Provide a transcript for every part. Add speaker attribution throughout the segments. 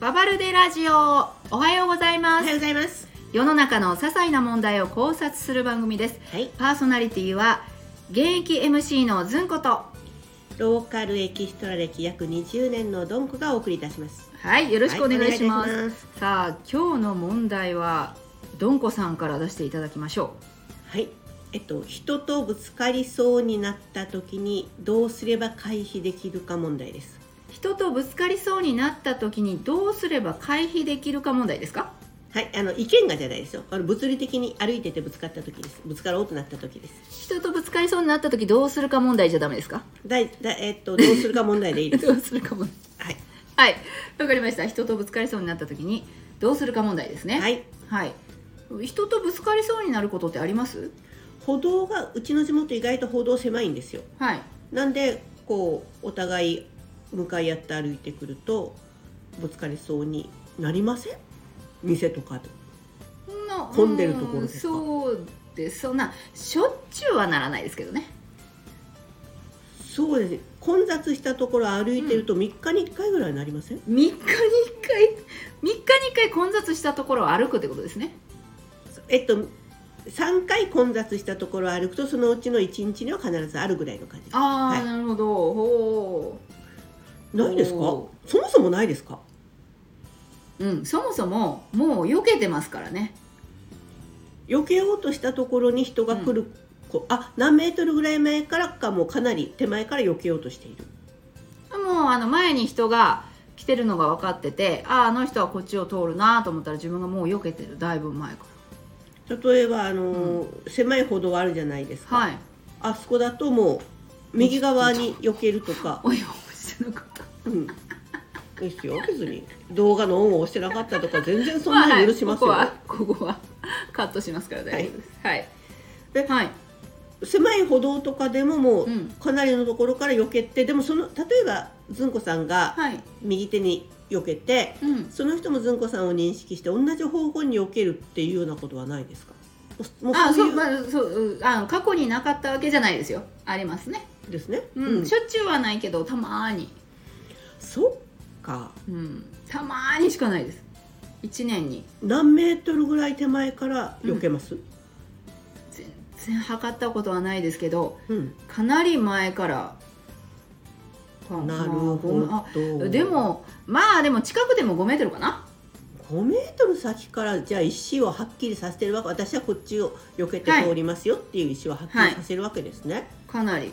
Speaker 1: ババルデラジオおはようござい
Speaker 2: お
Speaker 1: ま
Speaker 2: はよう
Speaker 1: す
Speaker 2: ございます。
Speaker 1: 世の中の些細な問題を考察する番組です
Speaker 2: はい、
Speaker 1: パーソナリティは現役 MC のずんこと
Speaker 2: ローカルエキストラ歴約20年のドンクがお送りいたします。
Speaker 1: はいよろしくお願いします,、
Speaker 2: はいお願いいたし
Speaker 1: さあ今日の問題はどんこさんから出していただきましょ
Speaker 2: はい、えっと人とぶつかりそうになった時にどうすれば回避できるか問題です。
Speaker 1: う人とぶつかりそうになった時にどうすれば回避できるか問題ですか
Speaker 2: はい、あの意見がじゃないですよ。あの物理的に歩いててぶつかった時です。ぶつかろうとなった時です。
Speaker 1: 人とぶつかりそうになった時どうするか問題じゃダメですか
Speaker 2: だいだえっとどうするか問題でいい で
Speaker 1: ど
Speaker 2: す。
Speaker 1: うするか問題
Speaker 2: はい、
Speaker 1: はいわかりました人とぶつかりそうになった時にどうするか問題ですね
Speaker 2: はい、
Speaker 1: はい、人とぶつかりそうになることってあります
Speaker 2: 歩道がうちの地元意外と歩道狭いんですよ。
Speaker 1: はい
Speaker 2: なんでこうお互い向かい合って歩いてくるとぶつかりそうになりません店とかと
Speaker 1: な
Speaker 2: 混んでるところですか
Speaker 1: うんそうですそんなしょっちゅうはならないですけどね
Speaker 2: そうですね混雑したところ歩いてると3日に1回ぐらいなりません、
Speaker 1: 3日に1回3日に1回混雑したところを歩くってことですね
Speaker 2: えっと3回混雑したところを歩くとそのうちの1日には必ずあるぐらいの感じ
Speaker 1: ああ、
Speaker 2: はい
Speaker 1: なるほどほ
Speaker 2: ないですか
Speaker 1: お
Speaker 2: そもそもないですか
Speaker 1: ううんそもそももう避けてますからね
Speaker 2: 避けようとしたところに人が来る、こあ何メートルぐらい前からかもうかなり手前から避けようとしている
Speaker 1: もうあの前に人が来てるのが分かっててあああの人はこっちを通るなと思ったら自分がもう避けてるだいぶ前か
Speaker 2: 例えばあのー、狭い歩道あるじゃないですか、
Speaker 1: らはい
Speaker 2: あそこだともう右側に避けるとか、
Speaker 1: おい押してなかった
Speaker 2: うん、ですよ別に動画のオンを押してなかったとか全然そん
Speaker 1: まあ
Speaker 2: な
Speaker 1: は
Speaker 2: の
Speaker 1: い
Speaker 2: 許します
Speaker 1: こ
Speaker 2: よ、
Speaker 1: こはここはカットしますから大丈夫ですはい
Speaker 2: で
Speaker 1: はい
Speaker 2: 狭い歩道とかでももう
Speaker 1: うん
Speaker 2: かなりのところから避けてでもその例えばずんこさんが
Speaker 1: はい
Speaker 2: 右手に避けて
Speaker 1: うん
Speaker 2: その人もずんこさんを認識して同じ方向に避けるっていうようなことはないですかもう
Speaker 1: あ
Speaker 2: そ
Speaker 1: そうう
Speaker 2: いう
Speaker 1: まあそううあの過去になかったわけじゃないですよありますね
Speaker 2: ですね、
Speaker 1: うん、しょっちゅうはないけどたまーに
Speaker 2: そっか
Speaker 1: うんたまーにしかないです1年に
Speaker 2: 何メートルぐらい手前から避けます、
Speaker 1: 全然測ったことはないですけど
Speaker 2: うん
Speaker 1: かなり前からか
Speaker 2: なる
Speaker 1: まあごめんあ
Speaker 2: ほど。
Speaker 1: でもまあでも近くでも5メートルかな
Speaker 2: 5メートル先からじゃあ石をはっきりさせてるわけ。私はこっちを避けて
Speaker 1: はい
Speaker 2: 通りますよっていう石をはっきりさせるわけですね。
Speaker 1: かなり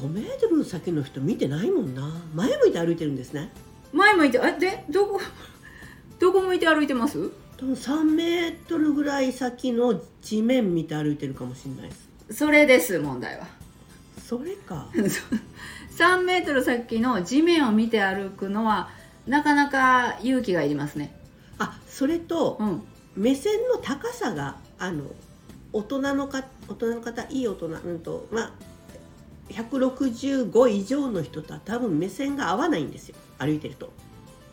Speaker 2: 5メートル先の人見てないもんな。前向いて歩いてるんですね。
Speaker 1: 前向いてえでどこ どこ向いて歩いてます
Speaker 2: 多分3メートルぐらい先の地面見て歩いてるかもしれないです。
Speaker 1: それです問題は
Speaker 2: それか。
Speaker 1: 3メートル先の地面を見て歩くのはなかなか勇気がいりますね
Speaker 2: あ、それと
Speaker 1: うん
Speaker 2: 目線の高さがあの大人のか大人の方いい大人うんとまあ。165以上の人とは多分目線が合わないんですよ歩いてると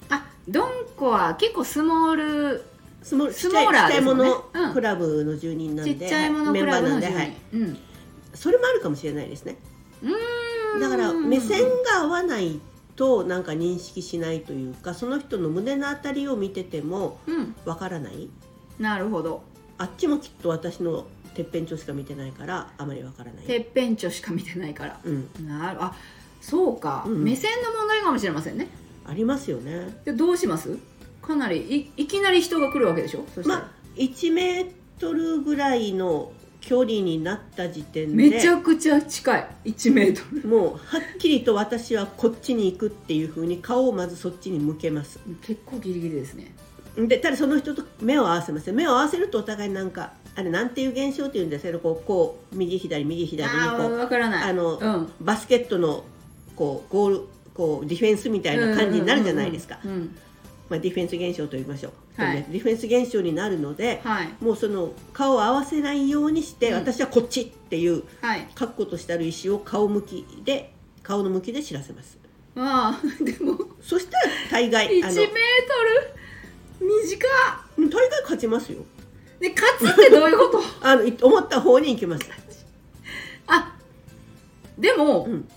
Speaker 1: あドンコは結構スモール
Speaker 2: スモール
Speaker 1: スモーラー
Speaker 2: ち
Speaker 1: で
Speaker 2: っちゃい
Speaker 1: す
Speaker 2: も
Speaker 1: もんね
Speaker 2: の
Speaker 1: うん
Speaker 2: クラブの住人なん
Speaker 1: ち
Speaker 2: で、
Speaker 1: っちゃいものクラブの
Speaker 2: メンバーなん
Speaker 1: 順
Speaker 2: で、はい
Speaker 1: 位、うん
Speaker 2: それもあるかもしれないですねだから
Speaker 1: うん
Speaker 2: 目線が合わないとなんか認識しないというかその人の胸のあたりを見てても
Speaker 1: うん
Speaker 2: わからない
Speaker 1: なるほど
Speaker 2: あっちもきっと私のてっぺんちょしか見てないからあまりわからない
Speaker 1: てっぺんちょしか見てないから
Speaker 2: うん、
Speaker 1: なるあそうか、
Speaker 2: うん
Speaker 1: 目線の問題かもしれませんね
Speaker 2: ありますよね
Speaker 1: でどうしますかなりいいきなり人が来るわけでしょそしたら、
Speaker 2: まあ1メートルぐらいの距離になった時点で
Speaker 1: めちゃくちゃ近い1メートル
Speaker 2: もうはっきりと私はこっちに行くっていう風に顔をまずそっちに向けます
Speaker 1: 結構ギリギリですね
Speaker 2: でただその人と目を合わせません目を合わせるとお互いなんかあれなんていう現象っていうんですけどこうこう右左右左
Speaker 1: あ
Speaker 2: に
Speaker 1: あ
Speaker 2: こう
Speaker 1: 分からない
Speaker 2: あの、
Speaker 1: うん
Speaker 2: バスケットのこうゴールこうディフェンスみたいな感じになるじゃないですか、
Speaker 1: うんうんうんうん
Speaker 2: まあ、ディフェンス現象と言いましょう、
Speaker 1: はい
Speaker 2: でディフェンス現象になるので
Speaker 1: はい
Speaker 2: もうその顔を合わせないようにして、
Speaker 1: うん
Speaker 2: 私はこっちっていう
Speaker 1: はい
Speaker 2: 確固としたる意思を顔向きで顔の向きで知らせます
Speaker 1: あ あでも
Speaker 2: そしたら大概
Speaker 1: 1
Speaker 2: あ
Speaker 1: メ
Speaker 2: の
Speaker 1: ートル短っ
Speaker 2: 大概勝ちますよ
Speaker 1: で勝つってどういうこと
Speaker 2: あのい思った方に行きます
Speaker 1: あでも、
Speaker 2: うん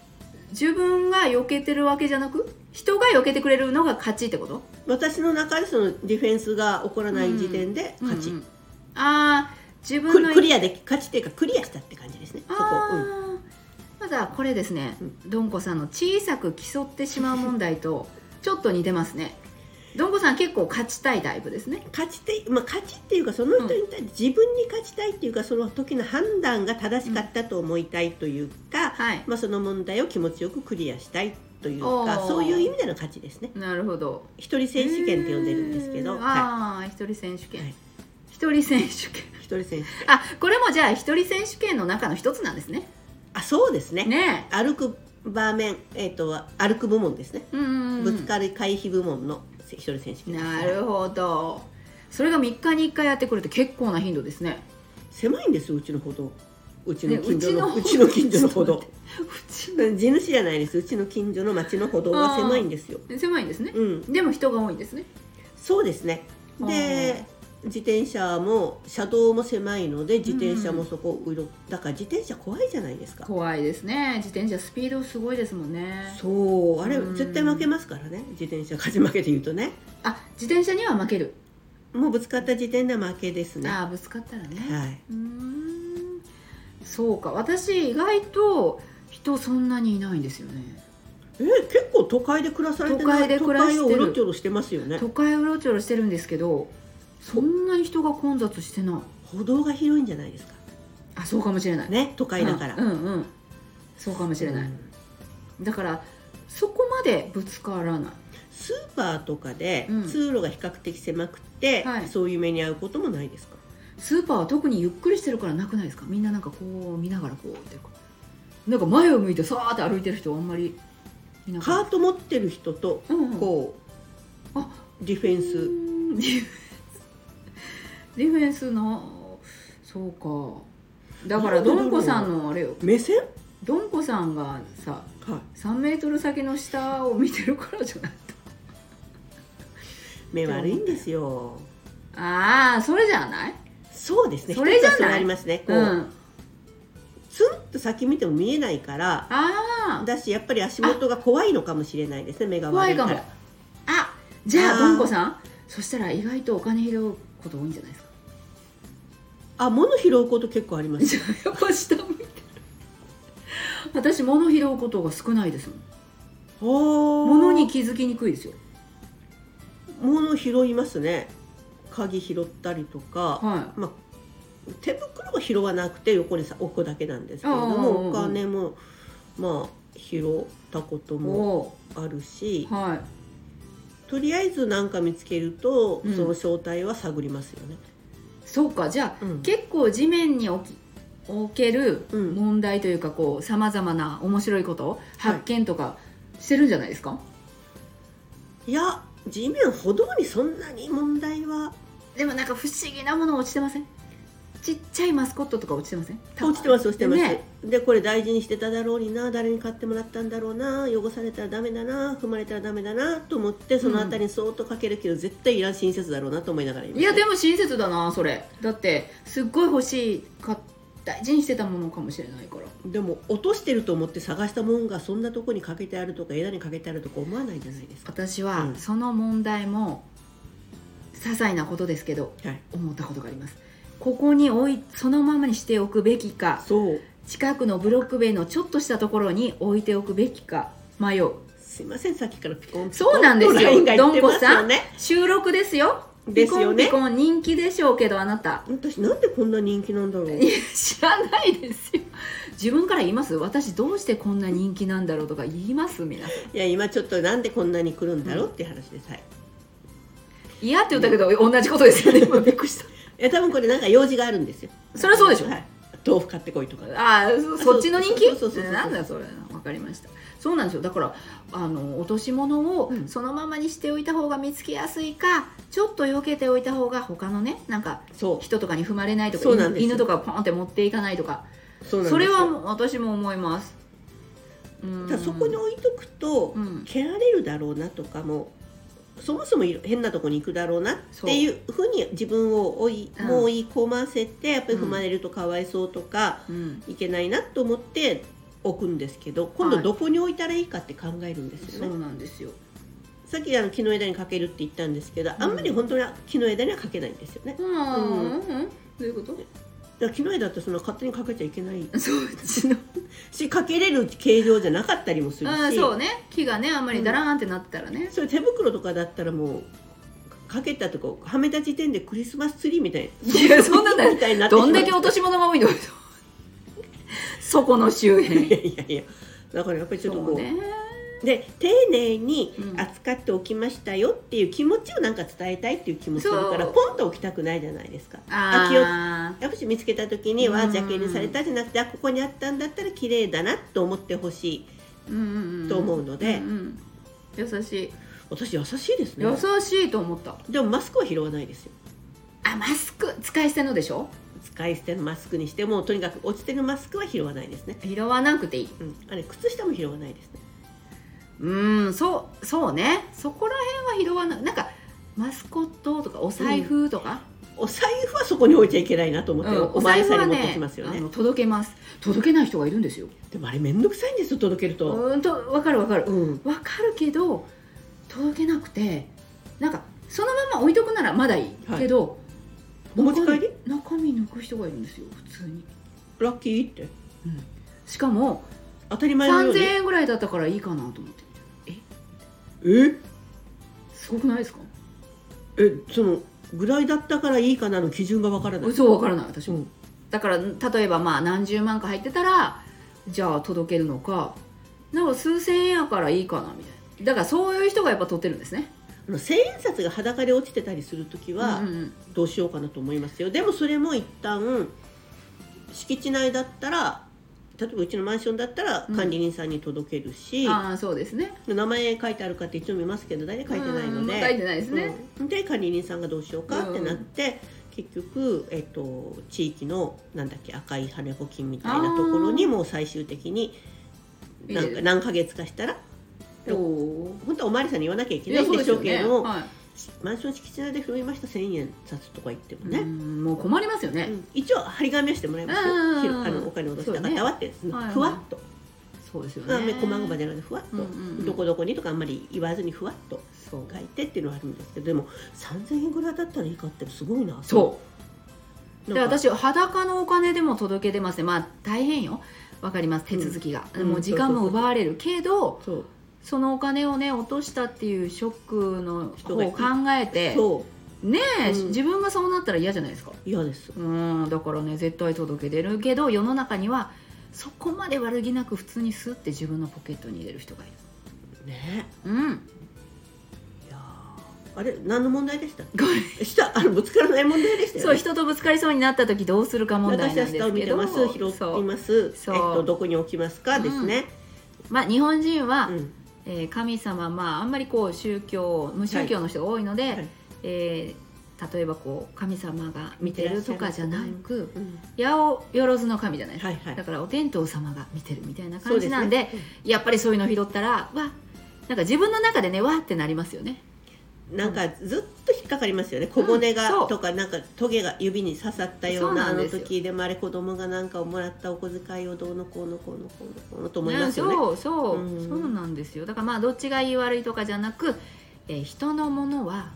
Speaker 1: 自分が避けてるわけじゃなく人が避けてくれるのが勝ちってこと
Speaker 2: 私の中でそのディフェンスが起こらない時点で勝ち、
Speaker 1: うんうんああ自
Speaker 2: ク
Speaker 1: 分の
Speaker 2: リクリアで勝ちっていうかクリアしたって感じですねそこ、うん、
Speaker 1: あーまだこれですね、どんこさんの小さく競ってしまう問題とちょっと似てますねどんこさん結構勝ちたいタイプですね
Speaker 2: 勝ちて、まあ、勝ちっていうかその人に対して自分に勝ちたいっていうかその時の判断が正しかったと思いたいというか、
Speaker 1: はい
Speaker 2: まあ、その問題を気持ちよくクリアしたいという
Speaker 1: お
Speaker 2: か
Speaker 1: ー
Speaker 2: そういう意味での勝ちですね
Speaker 1: なるほど
Speaker 2: 一人選手権って呼んでるんですけど、
Speaker 1: えー
Speaker 2: は
Speaker 1: ああ一人選手
Speaker 2: いは
Speaker 1: 権
Speaker 2: い、
Speaker 1: 一人選手権
Speaker 2: 一人選手権
Speaker 1: あこれもじゃあ一人選手権の中の一つなんですね
Speaker 2: あそうですね
Speaker 1: ね
Speaker 2: 歩く場面、えー、と歩く部門ですね
Speaker 1: えうんうんうん
Speaker 2: ぶつかる回避部門の一人選手権です
Speaker 1: なるほどそれが3日に1回やってくるって結構な頻度ですね
Speaker 2: 狭いんですようちの歩道うち
Speaker 1: ね
Speaker 2: の近所の,、
Speaker 1: う
Speaker 2: う
Speaker 1: ち
Speaker 2: ち
Speaker 1: の
Speaker 2: の近所の歩道
Speaker 1: うち
Speaker 2: 地主じゃないですうちの近所の町の歩道は狭いんですよ
Speaker 1: 狭いんですね、
Speaker 2: うん
Speaker 1: でも人が多いんですね
Speaker 2: そうですねで自転車も車道も狭いので自転車もそこうろだから自転車怖いじゃないですか
Speaker 1: 怖いですね自転車スピードすごいですもんね
Speaker 2: そうあれ
Speaker 1: うん
Speaker 2: 絶対負けますからね自転車勝ち負けで言うとね
Speaker 1: あ自転車には負ける、
Speaker 2: もうぶつかった時点で負けですね
Speaker 1: あ
Speaker 2: は
Speaker 1: あぶつかったらね、
Speaker 2: いう
Speaker 1: ーんそうか私意外と人そんなにいないんですよね
Speaker 2: えー結構都会で暮らされてない
Speaker 1: 都会で暮らしてる
Speaker 2: 都会をうろちょろしてますよね
Speaker 1: 都会うろちょろしてるんですけどそんなに人が混雑してない
Speaker 2: 歩道が広いんじゃないですか
Speaker 1: あそうかもしれない
Speaker 2: ね都会だから、
Speaker 1: うんうんうんそうかもしれない、
Speaker 2: うん
Speaker 1: だからそこまでぶつからない
Speaker 2: スーパーとかで
Speaker 1: うん
Speaker 2: 通路が比較的狭くて、
Speaker 1: はい
Speaker 2: そういう目に遭うこともないですか
Speaker 1: スーパーは特にゆっくりしてるからなくないですかみんななんかこう見ながらこうっていうかなんか前を向いてさーって歩いてる人はあんまりいなか
Speaker 2: カ
Speaker 1: っ
Speaker 2: ート持ってる人と
Speaker 1: た、うんうん、
Speaker 2: こう、
Speaker 1: あ
Speaker 2: ディフェン
Speaker 1: う
Speaker 2: ス
Speaker 1: んディフェンスディフェンスのそうかだからどんこさんのあれよ
Speaker 2: 目線、
Speaker 1: どんこさんがさ
Speaker 2: はい、
Speaker 1: 3メートル先の下を見てるからじゃない
Speaker 2: 目悪いんですよ
Speaker 1: ああそれじゃない
Speaker 2: そうですね
Speaker 1: それじゃない
Speaker 2: 一つはそうありますねこ
Speaker 1: う
Speaker 2: う、
Speaker 1: ん
Speaker 2: ツンと先見ても見えないから
Speaker 1: ああ
Speaker 2: だしやっぱり足元が怖いのかもしれないですね目が
Speaker 1: 怖
Speaker 2: 悪
Speaker 1: い
Speaker 2: いか
Speaker 1: からもあじゃ
Speaker 2: あ
Speaker 1: あ
Speaker 2: ー
Speaker 1: どんこさんそしたら意外とお金拾うこと多いんじゃないですか
Speaker 2: あ物拾うこと結構あります
Speaker 1: じゃあやっぱ下向いてる私物拾うことが少ないですもん
Speaker 2: 物
Speaker 1: 物に気づきにくいですよ
Speaker 2: 物拾いますね鍵拾ったりとか、
Speaker 1: は
Speaker 2: まあ、手袋は拾わなくて横にさ置くだいだけなんですけれど
Speaker 1: うんうんうん
Speaker 2: も
Speaker 1: うん
Speaker 2: お金もまあ拾ったこと
Speaker 1: い
Speaker 2: も
Speaker 1: お
Speaker 2: あるし
Speaker 1: ーはい
Speaker 2: とりあえず何か見つけると、
Speaker 1: うん
Speaker 2: その正体は探りますよね。
Speaker 1: そうかじゃあ
Speaker 2: うん
Speaker 1: 結構地面に置き置ける
Speaker 2: うん
Speaker 1: 問題というかこうさまざまな面白いこと発見とかしてるんじゃないですか、
Speaker 2: いや地面歩道にそんなに問題は
Speaker 1: でもなんか不思議なもの落ちてませんちっちゃいマスコットとか落ちてません
Speaker 2: 落ちてます落ちてます、
Speaker 1: ね
Speaker 2: でこれ大事にしてただろうにな誰に買ってもらったんだろうな汚されたらダメだな踏まれたらダメだなと思ってその辺りにそーっとかけるけど、絶対いらん親切だろうなと思いながらいま
Speaker 1: い
Speaker 2: す
Speaker 1: やでも親切だなそれだってすっごい欲しいか大事にしてたものかもしれないから
Speaker 2: でも落としてると思って探したもんがそんなとこにかけてあるとか枝にかけてあるとか思わないじゃないですか。
Speaker 1: 私は
Speaker 2: うん
Speaker 1: その問題も些細なことですけど
Speaker 2: はい、
Speaker 1: 思ったことがありますここに置いそのままにしておくべきか
Speaker 2: そう
Speaker 1: 近くのブロック塀のちょっとしたところに置いておくべきか迷う
Speaker 2: すいませんさっきからピコンピコン
Speaker 1: そうなんです
Speaker 2: とラインが
Speaker 1: よど
Speaker 2: 言って
Speaker 1: んこ
Speaker 2: ます
Speaker 1: さ
Speaker 2: よ
Speaker 1: ん
Speaker 2: ね。
Speaker 1: 収録ですよ
Speaker 2: ですよね
Speaker 1: ピコンピコン人気でしょうけどあなた
Speaker 2: 私なんでこんな人気なんだろう。
Speaker 1: いや知らないですよ自分から言います私どうしてこんな人気なんだろうとか言います皆さん
Speaker 2: いや今ちょっとなんでこんなに来るんだろうっていう話です。はい。
Speaker 1: 嫌って言ったけど、同じことですよね今 びっくりした
Speaker 2: いや多分これなんか用事があるんですよ。
Speaker 1: そりゃそうでしょ
Speaker 2: はい。豆腐買ってこいとか。
Speaker 1: ああそそっちの人
Speaker 2: そうそう
Speaker 1: 気
Speaker 2: そうそうそう
Speaker 1: なんだそれわかりましたそうなんですよだからあの落とし物を
Speaker 2: うん
Speaker 1: そのままにしておいた方が見つけやすいか、ちょっと避けておいた方が他のねなんか
Speaker 2: そ
Speaker 1: 人とかに踏まれないとか
Speaker 2: そうなん
Speaker 1: 犬
Speaker 2: ですよ
Speaker 1: 犬とかをポンって持っていかないとか
Speaker 2: う。そう
Speaker 1: そ
Speaker 2: なんですよ
Speaker 1: れはもう私も思いますうん
Speaker 2: ただそこに置いとくと、
Speaker 1: うん
Speaker 2: 蹴られるだろうなとかもそもそもいろ変なとこに行くだろうなっていうふうに自分を追い、
Speaker 1: うん
Speaker 2: もう追い込ませてやっぱり踏まれるとかわいそうとか、
Speaker 1: うん
Speaker 2: いけないなと思って置くんですけど今度
Speaker 1: はい
Speaker 2: どこに置いたらいいかって考えるんです
Speaker 1: そ
Speaker 2: よね、
Speaker 1: うなんですよ
Speaker 2: さっきあの木の枝にかけるって言ったんですけどあんまり本当に木の枝にはかけないんですよね
Speaker 1: うんうんうんどういうこ
Speaker 2: だから木の枝ってそんな勝手にかけちゃいけない
Speaker 1: とそっちの
Speaker 2: しかけれる形状じゃなかったりもする
Speaker 1: あ
Speaker 2: し
Speaker 1: そうね木がねあんまりだらーんってなったらね、
Speaker 2: それ手袋とかだったらもうかけたとこはめた時点でクリスマスツリーみたいない
Speaker 1: やそんなの
Speaker 2: みたいになってし
Speaker 1: ど
Speaker 2: まうん
Speaker 1: だけ落とし物が多いのそこの周
Speaker 2: いや
Speaker 1: 辺
Speaker 2: いやいやだからやっぱりちょっと
Speaker 1: そ
Speaker 2: こ
Speaker 1: う
Speaker 2: う
Speaker 1: ね
Speaker 2: で丁寧に
Speaker 1: うん
Speaker 2: 扱っておきましたよっていう気持ちをなんか伝えたいっていう気持ちだから
Speaker 1: そう
Speaker 2: ポンと置きたくないじゃないですか秋を
Speaker 1: あ
Speaker 2: やっぱし見つけた時に
Speaker 1: うん
Speaker 2: は邪気にされたじゃなくてあここにあったんだったら綺麗だなと思ってほしい
Speaker 1: ー
Speaker 2: と思うので
Speaker 1: んん優しい
Speaker 2: 私優しいですね
Speaker 1: 優しいと思った
Speaker 2: でもマスクは拾わないですよ
Speaker 1: あマスク使い捨てのでしょ
Speaker 2: 使い捨てのマスクにしてもとにかく落ちてるマスクは拾わないですね
Speaker 1: 拾わなくていい
Speaker 2: うん、あれ靴下も拾わないですね
Speaker 1: うーんそうそうねそこら辺は拾わないなんかマスコットとかお財布とか、
Speaker 2: お財布はそこに置いちゃいけないなと思って、
Speaker 1: うん
Speaker 2: お前さんに持ってきますよね
Speaker 1: あの届けます届けない人がいるんですよ
Speaker 2: でもあれ面倒くさいんですよ届ける
Speaker 1: う
Speaker 2: と、
Speaker 1: ーんとわかるわかる
Speaker 2: うん、
Speaker 1: わかるけど届けなくてなんかそのまま置いとくならまだいい
Speaker 2: はい
Speaker 1: けど、
Speaker 2: お持ち
Speaker 1: 中
Speaker 2: 帰
Speaker 1: 身
Speaker 2: り
Speaker 1: 中身抜く人がいるんですよ普通に、
Speaker 2: ラッキーって
Speaker 1: しかも
Speaker 2: 当たり前のよう
Speaker 1: 3000
Speaker 2: に
Speaker 1: 円ぐらいだったからいいかなと思って
Speaker 2: え
Speaker 1: すごくないですか
Speaker 2: えそのぐらいだったからいいかなの基準がわからない、
Speaker 1: そうわからない私も、
Speaker 2: うん
Speaker 1: だから例えばまあ何十万か入ってたらじゃあ届けるのかなんか数千円やからいいかなみたいなだからそういう人がやっぱ取ってるんですね
Speaker 2: あの千円札が裸で落ちてたりする時
Speaker 1: うん
Speaker 2: は
Speaker 1: うんうん
Speaker 2: どうしようかなと思いますよ、でもそれも一旦敷地内だったら例えばうちのマンションだったら管理人さんに届けるし、
Speaker 1: ああそうですね
Speaker 2: 名前書いてあるかって一応見ますけど大体書いてない
Speaker 1: うん
Speaker 2: の
Speaker 1: ま
Speaker 2: で
Speaker 1: あ書いてないですね、
Speaker 2: うんで管理人さんがどうしようかってなって、結局、えっと、地域のなんだっけ赤い羽子金みたいなところに
Speaker 1: あー
Speaker 2: もう最終的に
Speaker 1: 入
Speaker 2: な
Speaker 1: れ
Speaker 2: んか
Speaker 1: る
Speaker 2: 何ヶ月かしたら
Speaker 1: おお
Speaker 2: 本当はお巡りさんに言わなきゃいけ
Speaker 1: い
Speaker 2: な
Speaker 1: や
Speaker 2: い
Speaker 1: そ
Speaker 2: ん
Speaker 1: うで
Speaker 2: でし
Speaker 1: す
Speaker 2: ょ
Speaker 1: よ
Speaker 2: うけ
Speaker 1: ね、
Speaker 2: ど、
Speaker 1: はい
Speaker 2: マンション敷地内で拾いました1000円札とか言っても
Speaker 1: う
Speaker 2: ね、
Speaker 1: んもう困りますよね、
Speaker 2: うん一応張り紙はしてもらいますよ
Speaker 1: うん
Speaker 2: ひろあのお金を落とした方はって、
Speaker 1: はいはい
Speaker 2: ふわっと、
Speaker 1: そうですよ
Speaker 2: まあ
Speaker 1: ね
Speaker 2: 細々じゃなくてふわっと、
Speaker 1: うんうんうん
Speaker 2: どこどこにとかあんまり言わずにふわっと。
Speaker 1: そう
Speaker 2: 書いてっていうのはあるんですけどでも3000円ぐらいだったらいいかってすごいな
Speaker 1: そうで
Speaker 2: なんか
Speaker 1: 私裸のお金でも届けてますねまあ大変よわかります手続きが、
Speaker 2: うん
Speaker 1: もう時間も
Speaker 2: そうそうそう
Speaker 1: 奪われるけど
Speaker 2: そう
Speaker 1: そのお金をね落としたっていうショックの
Speaker 2: 人
Speaker 1: 方
Speaker 2: がい
Speaker 1: を
Speaker 2: る
Speaker 1: 考えて
Speaker 2: そ
Speaker 1: ねえ、
Speaker 2: うん
Speaker 1: 自分がそうなったら嫌じゃないですか
Speaker 2: う嫌です
Speaker 1: うんだからね絶対届け出るけど世の中にはそこまで悪気なく普通にスって自分のポケットに入れる人がい
Speaker 2: ね
Speaker 1: るうん
Speaker 2: いやーあれ何の問題でした
Speaker 1: これ
Speaker 2: 下あのぶつからない問題でしたよ
Speaker 1: そう
Speaker 2: ね
Speaker 1: 人とぶつかりそうになった時どうするか問題
Speaker 2: 私
Speaker 1: な
Speaker 2: は
Speaker 1: んで
Speaker 2: 下を
Speaker 1: す
Speaker 2: 見
Speaker 1: け
Speaker 2: て
Speaker 1: ど
Speaker 2: ます拾
Speaker 1: そ
Speaker 2: って
Speaker 1: う
Speaker 2: ます
Speaker 1: そう
Speaker 2: えっとどこに置きますかですね、
Speaker 1: まあ日本人は、
Speaker 2: うん
Speaker 1: えー神様まああんまりこう宗教無宗教の人が多いので、
Speaker 2: はい
Speaker 1: えー例えばこう神様が見てるとかじゃなく
Speaker 2: うん
Speaker 1: 八百万の神じゃない、
Speaker 2: はいはい
Speaker 1: だからお天道様が見てるみたいな
Speaker 2: そ
Speaker 1: 感
Speaker 2: う
Speaker 1: じ
Speaker 2: すね
Speaker 1: なんでやっぱりそういうの拾ったらわなんか自分の中でねわってなりますよね
Speaker 2: うんなんかずっと引っかかりますよね小骨
Speaker 1: うんそ
Speaker 2: が
Speaker 1: う
Speaker 2: とかなんかトゲが指に刺さったような
Speaker 1: そ
Speaker 2: あ
Speaker 1: うなん
Speaker 2: の
Speaker 1: ですよ
Speaker 2: 時でもあれ子供がなんかをもらったお小遣いをどうのこうのこうのこうのこうのと思いますよね
Speaker 1: そうそう、
Speaker 2: うん
Speaker 1: そうなんですよだからまあどっちがいい悪いとかじゃなく、えー人のものは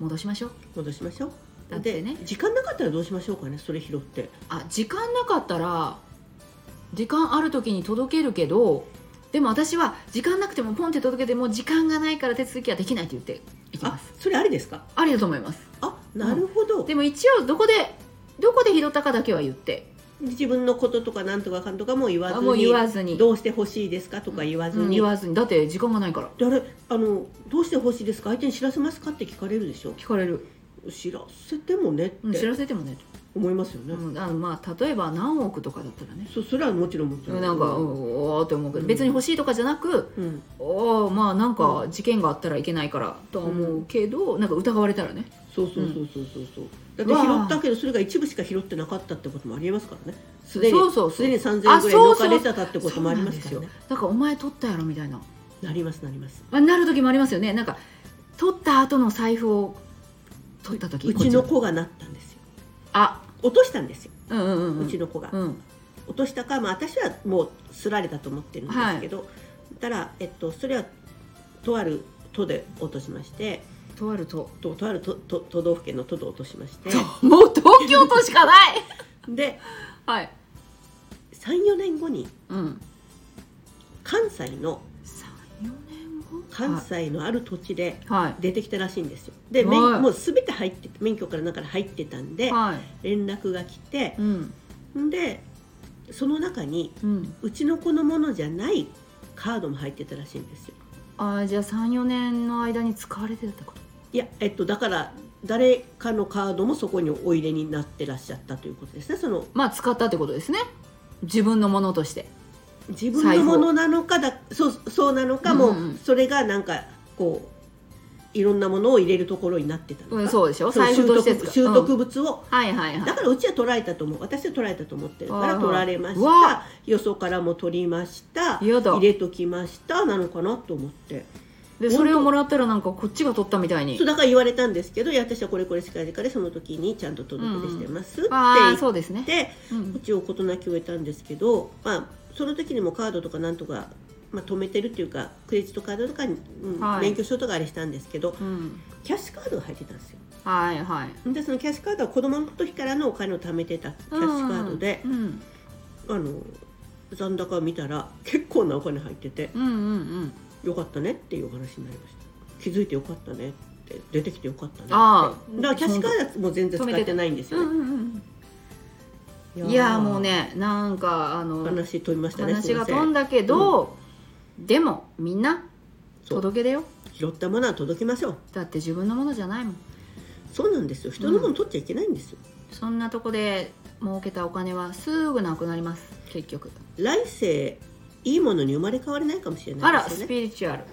Speaker 1: 戻しましょう
Speaker 2: 戻しましょう
Speaker 1: だってね
Speaker 2: で時間なかったらどうしましょうかねそれ拾って
Speaker 1: あ時間なかったら時間ある時に届けるけどでも私は時間なくてもポンって届けてもう時間がないから手続きはできないって言っていきま
Speaker 2: あ
Speaker 1: す
Speaker 2: それありですか
Speaker 1: ありだと思います
Speaker 2: あなるほど、
Speaker 1: でも一応どこでどこで拾ったかだけは言って
Speaker 2: 自分のこととかなんとかかんとかも言わず
Speaker 1: あ
Speaker 2: に
Speaker 1: もう言わずに
Speaker 2: どうしてほしいですかとか言わず
Speaker 1: うん
Speaker 2: に、
Speaker 1: 言わずにだって時間がないから
Speaker 2: であれあのどうしてほしいですか相手に知らせますかって聞かれるでしょ
Speaker 1: 聞かれる、
Speaker 2: 知らせてもねっ
Speaker 1: うん、知
Speaker 2: て
Speaker 1: らせてもね、
Speaker 2: 思いますよね、
Speaker 1: うんあのまあ例えば何億とかだったらね
Speaker 2: そそれはもちろんもちろん
Speaker 1: なんか、うんおーって思うけど別に欲しいとかじゃなく
Speaker 2: うん、
Speaker 1: おーまあなんか事件があったらいけないからとは思うけど、なんか疑われたらね
Speaker 2: そうそうそうそうそうそうだって
Speaker 1: わ
Speaker 2: 拾
Speaker 1: あ
Speaker 2: ったけどそれが一部しか拾ってなかったってこともありえますからねすでに
Speaker 1: そうそう
Speaker 2: す
Speaker 1: そう
Speaker 2: でに3000円ぐ
Speaker 1: あ
Speaker 2: らい
Speaker 1: そう
Speaker 2: ど
Speaker 1: そう
Speaker 2: か出てたってこともありますか
Speaker 1: そうな
Speaker 2: ら
Speaker 1: ん
Speaker 2: ね
Speaker 1: ですよだからお前取ったやろみたいな
Speaker 2: なりますなります
Speaker 1: あなる時もありますよねなんか取った後の財布を取った時
Speaker 2: うちの
Speaker 1: こっ
Speaker 2: 子がなったんですよ
Speaker 1: あ
Speaker 2: 落としたんですよ、
Speaker 1: うんうんうん
Speaker 2: うちの子が、
Speaker 1: うん
Speaker 2: 落としたか、まあ、私はもうすられたと思ってるんですけど、たら、えっと、それはとある都で落としまして
Speaker 1: とあると
Speaker 2: ととある都都都道府県の都で落としまして
Speaker 1: もう東京都しかない
Speaker 2: で
Speaker 1: はい
Speaker 2: 34年後に
Speaker 1: うん
Speaker 2: 関西の
Speaker 1: 34年後
Speaker 2: 関西のある土地で
Speaker 1: はい
Speaker 2: 出てきたらしいんですよ。で、免
Speaker 1: はい
Speaker 2: もう全て入って免許からなんから入ってたんで
Speaker 1: はい、
Speaker 2: 連絡が来て
Speaker 1: うん
Speaker 2: んでその中に
Speaker 1: うん
Speaker 2: うちの子のものじゃないカードも入ってたらしいんですよ。
Speaker 1: あーじゃあ34年の間に使われてたってこと
Speaker 2: いや、えっと、だから誰かのカードもそこにお入れになってらっしゃったということですね。その
Speaker 1: まあ使ったってことですね自分のものとして
Speaker 2: 自分のものなのかだそうそうなのかも、
Speaker 1: うんうん
Speaker 2: それがなんかこういろんなものを入れるところになってたのか、
Speaker 1: うんそうでしょ
Speaker 2: そう
Speaker 1: 財布として使う
Speaker 2: 習得習
Speaker 1: うん
Speaker 2: 得物を、
Speaker 1: はいはいはい
Speaker 2: だからうちは取られたと思う私は取られたと思ってるか
Speaker 1: はい
Speaker 2: ら
Speaker 1: はい
Speaker 2: 取られまし
Speaker 1: うわ
Speaker 2: たよそからも取りました
Speaker 1: やだ
Speaker 2: 入れときましたなのかなと思って
Speaker 1: でそれをもらったらなんかこっちが取ったみたいに
Speaker 2: そうだから言われたんですけどいや私はこれこれしかないからその時にちゃんと届け出してますって
Speaker 1: ああ
Speaker 2: 言
Speaker 1: そうですね
Speaker 2: っ、て
Speaker 1: う、
Speaker 2: うんちを事なきを得たんですけど、まあ、その時にもカードとかなんとか、まあ、止めてるっていうかクレジットカードとかに、うん
Speaker 1: はい
Speaker 2: 免許証とかあれしたんですけど
Speaker 1: うん、
Speaker 2: キャッシュカードが入ってたんですよ
Speaker 1: はいはい
Speaker 2: でそのキャッシュカードは子供の時からのお金を貯めてたキャッシュカードで
Speaker 1: う、ん
Speaker 2: あの残高を見たら結構なお金入ってて
Speaker 1: うんうんうん
Speaker 2: よかったねっていうお話になりました気づいてよかったねって出てきてよかったねってだ
Speaker 1: あ
Speaker 2: か
Speaker 1: ー
Speaker 2: らキャッシュカードはもう全然使ってないんです
Speaker 1: うん
Speaker 2: よね
Speaker 1: うんうんいやーもうねなんかあの
Speaker 2: 話飛びましたね
Speaker 1: 話
Speaker 2: すいま
Speaker 1: が
Speaker 2: せ
Speaker 1: 飛ん
Speaker 2: ん
Speaker 1: だけど、でもみんな
Speaker 2: そう
Speaker 1: 届け出よ
Speaker 2: 拾ったものは届けましょう
Speaker 1: だって自分のものじゃないもん
Speaker 2: そうなんですよ人のもの取っちゃいけないんですよ、
Speaker 1: そんなとこで儲けたお金はすぐなくなります結局
Speaker 2: 来世いいものに生まれ変われないかもしれな
Speaker 1: あ
Speaker 2: い
Speaker 1: ら
Speaker 2: です
Speaker 1: ス
Speaker 2: よね
Speaker 1: ピリチュアル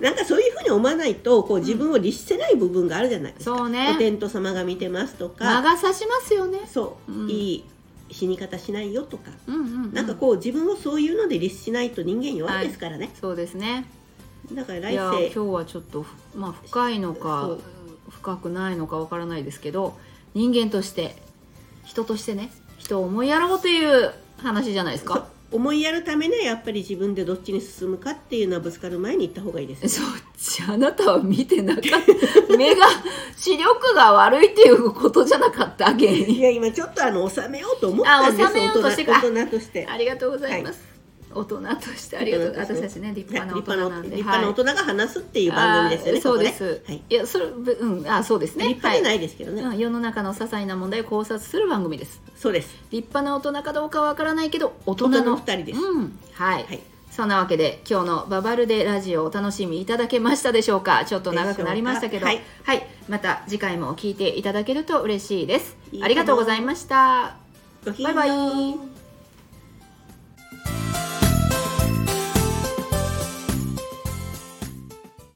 Speaker 2: なんかそういうふうに思わないとこう自分を律せない部分があるじゃないですか、
Speaker 1: そう
Speaker 2: お
Speaker 1: ね
Speaker 2: 天道様が見てますと
Speaker 1: 魔
Speaker 2: か
Speaker 1: が差しますよね
Speaker 2: そう、
Speaker 1: うん
Speaker 2: いい死に方しないよとか
Speaker 1: うんうん、うん、
Speaker 2: なんかこう自分をそういうので律しないと人間弱いですからね、
Speaker 1: そうですね
Speaker 2: だから
Speaker 1: い
Speaker 2: 来
Speaker 1: や今日
Speaker 2: 世
Speaker 1: はちょっとふ、まあ、深いの
Speaker 2: そ
Speaker 1: か
Speaker 2: う
Speaker 1: 深くないのかわからないですけど人間として人としてね人を思いやろうという話じゃないです か
Speaker 2: 思いやるためにはやっぱり自分でどっちに進むかっていうのはぶつかる前に行った方がいいです
Speaker 1: え
Speaker 2: ね
Speaker 1: そっちあなたは見てなかった 目が視力が悪いっていうことじゃなかった原
Speaker 2: い
Speaker 1: 因
Speaker 2: や今ちょっとあの収めようと思ったんです
Speaker 1: あ収めようとして
Speaker 2: 大人大人として
Speaker 1: ありがとうございます、大人としてありがとう私たちね立
Speaker 2: は
Speaker 1: 派
Speaker 2: い
Speaker 1: な大人なんで、
Speaker 2: 立派な大人が話すっていう番組ですよ
Speaker 1: あ
Speaker 2: ね。
Speaker 1: ーそうで
Speaker 2: ここね
Speaker 1: す、
Speaker 2: はい
Speaker 1: い、やそれうんあそうですね
Speaker 2: 立派じゃ
Speaker 1: は
Speaker 2: ないいですけどね。
Speaker 1: うん、世の中の些細な問題を考察する番組です
Speaker 2: そうです。
Speaker 1: 立派な大人かどうかわからないけど大人
Speaker 2: 大人の
Speaker 1: の
Speaker 2: 二人です。
Speaker 1: うんはい、
Speaker 2: はい
Speaker 1: そんなわけで今日の「ババルデラジオ」お楽しみいただけましたでしょうかちょっと長くなりましたけど
Speaker 2: でしょう
Speaker 1: はい、また次回も聞いていただけると嬉しいです
Speaker 2: いいかな
Speaker 1: ありがとうございました
Speaker 2: ごきげ
Speaker 1: バ
Speaker 2: ん
Speaker 1: イ
Speaker 2: よう
Speaker 1: バイ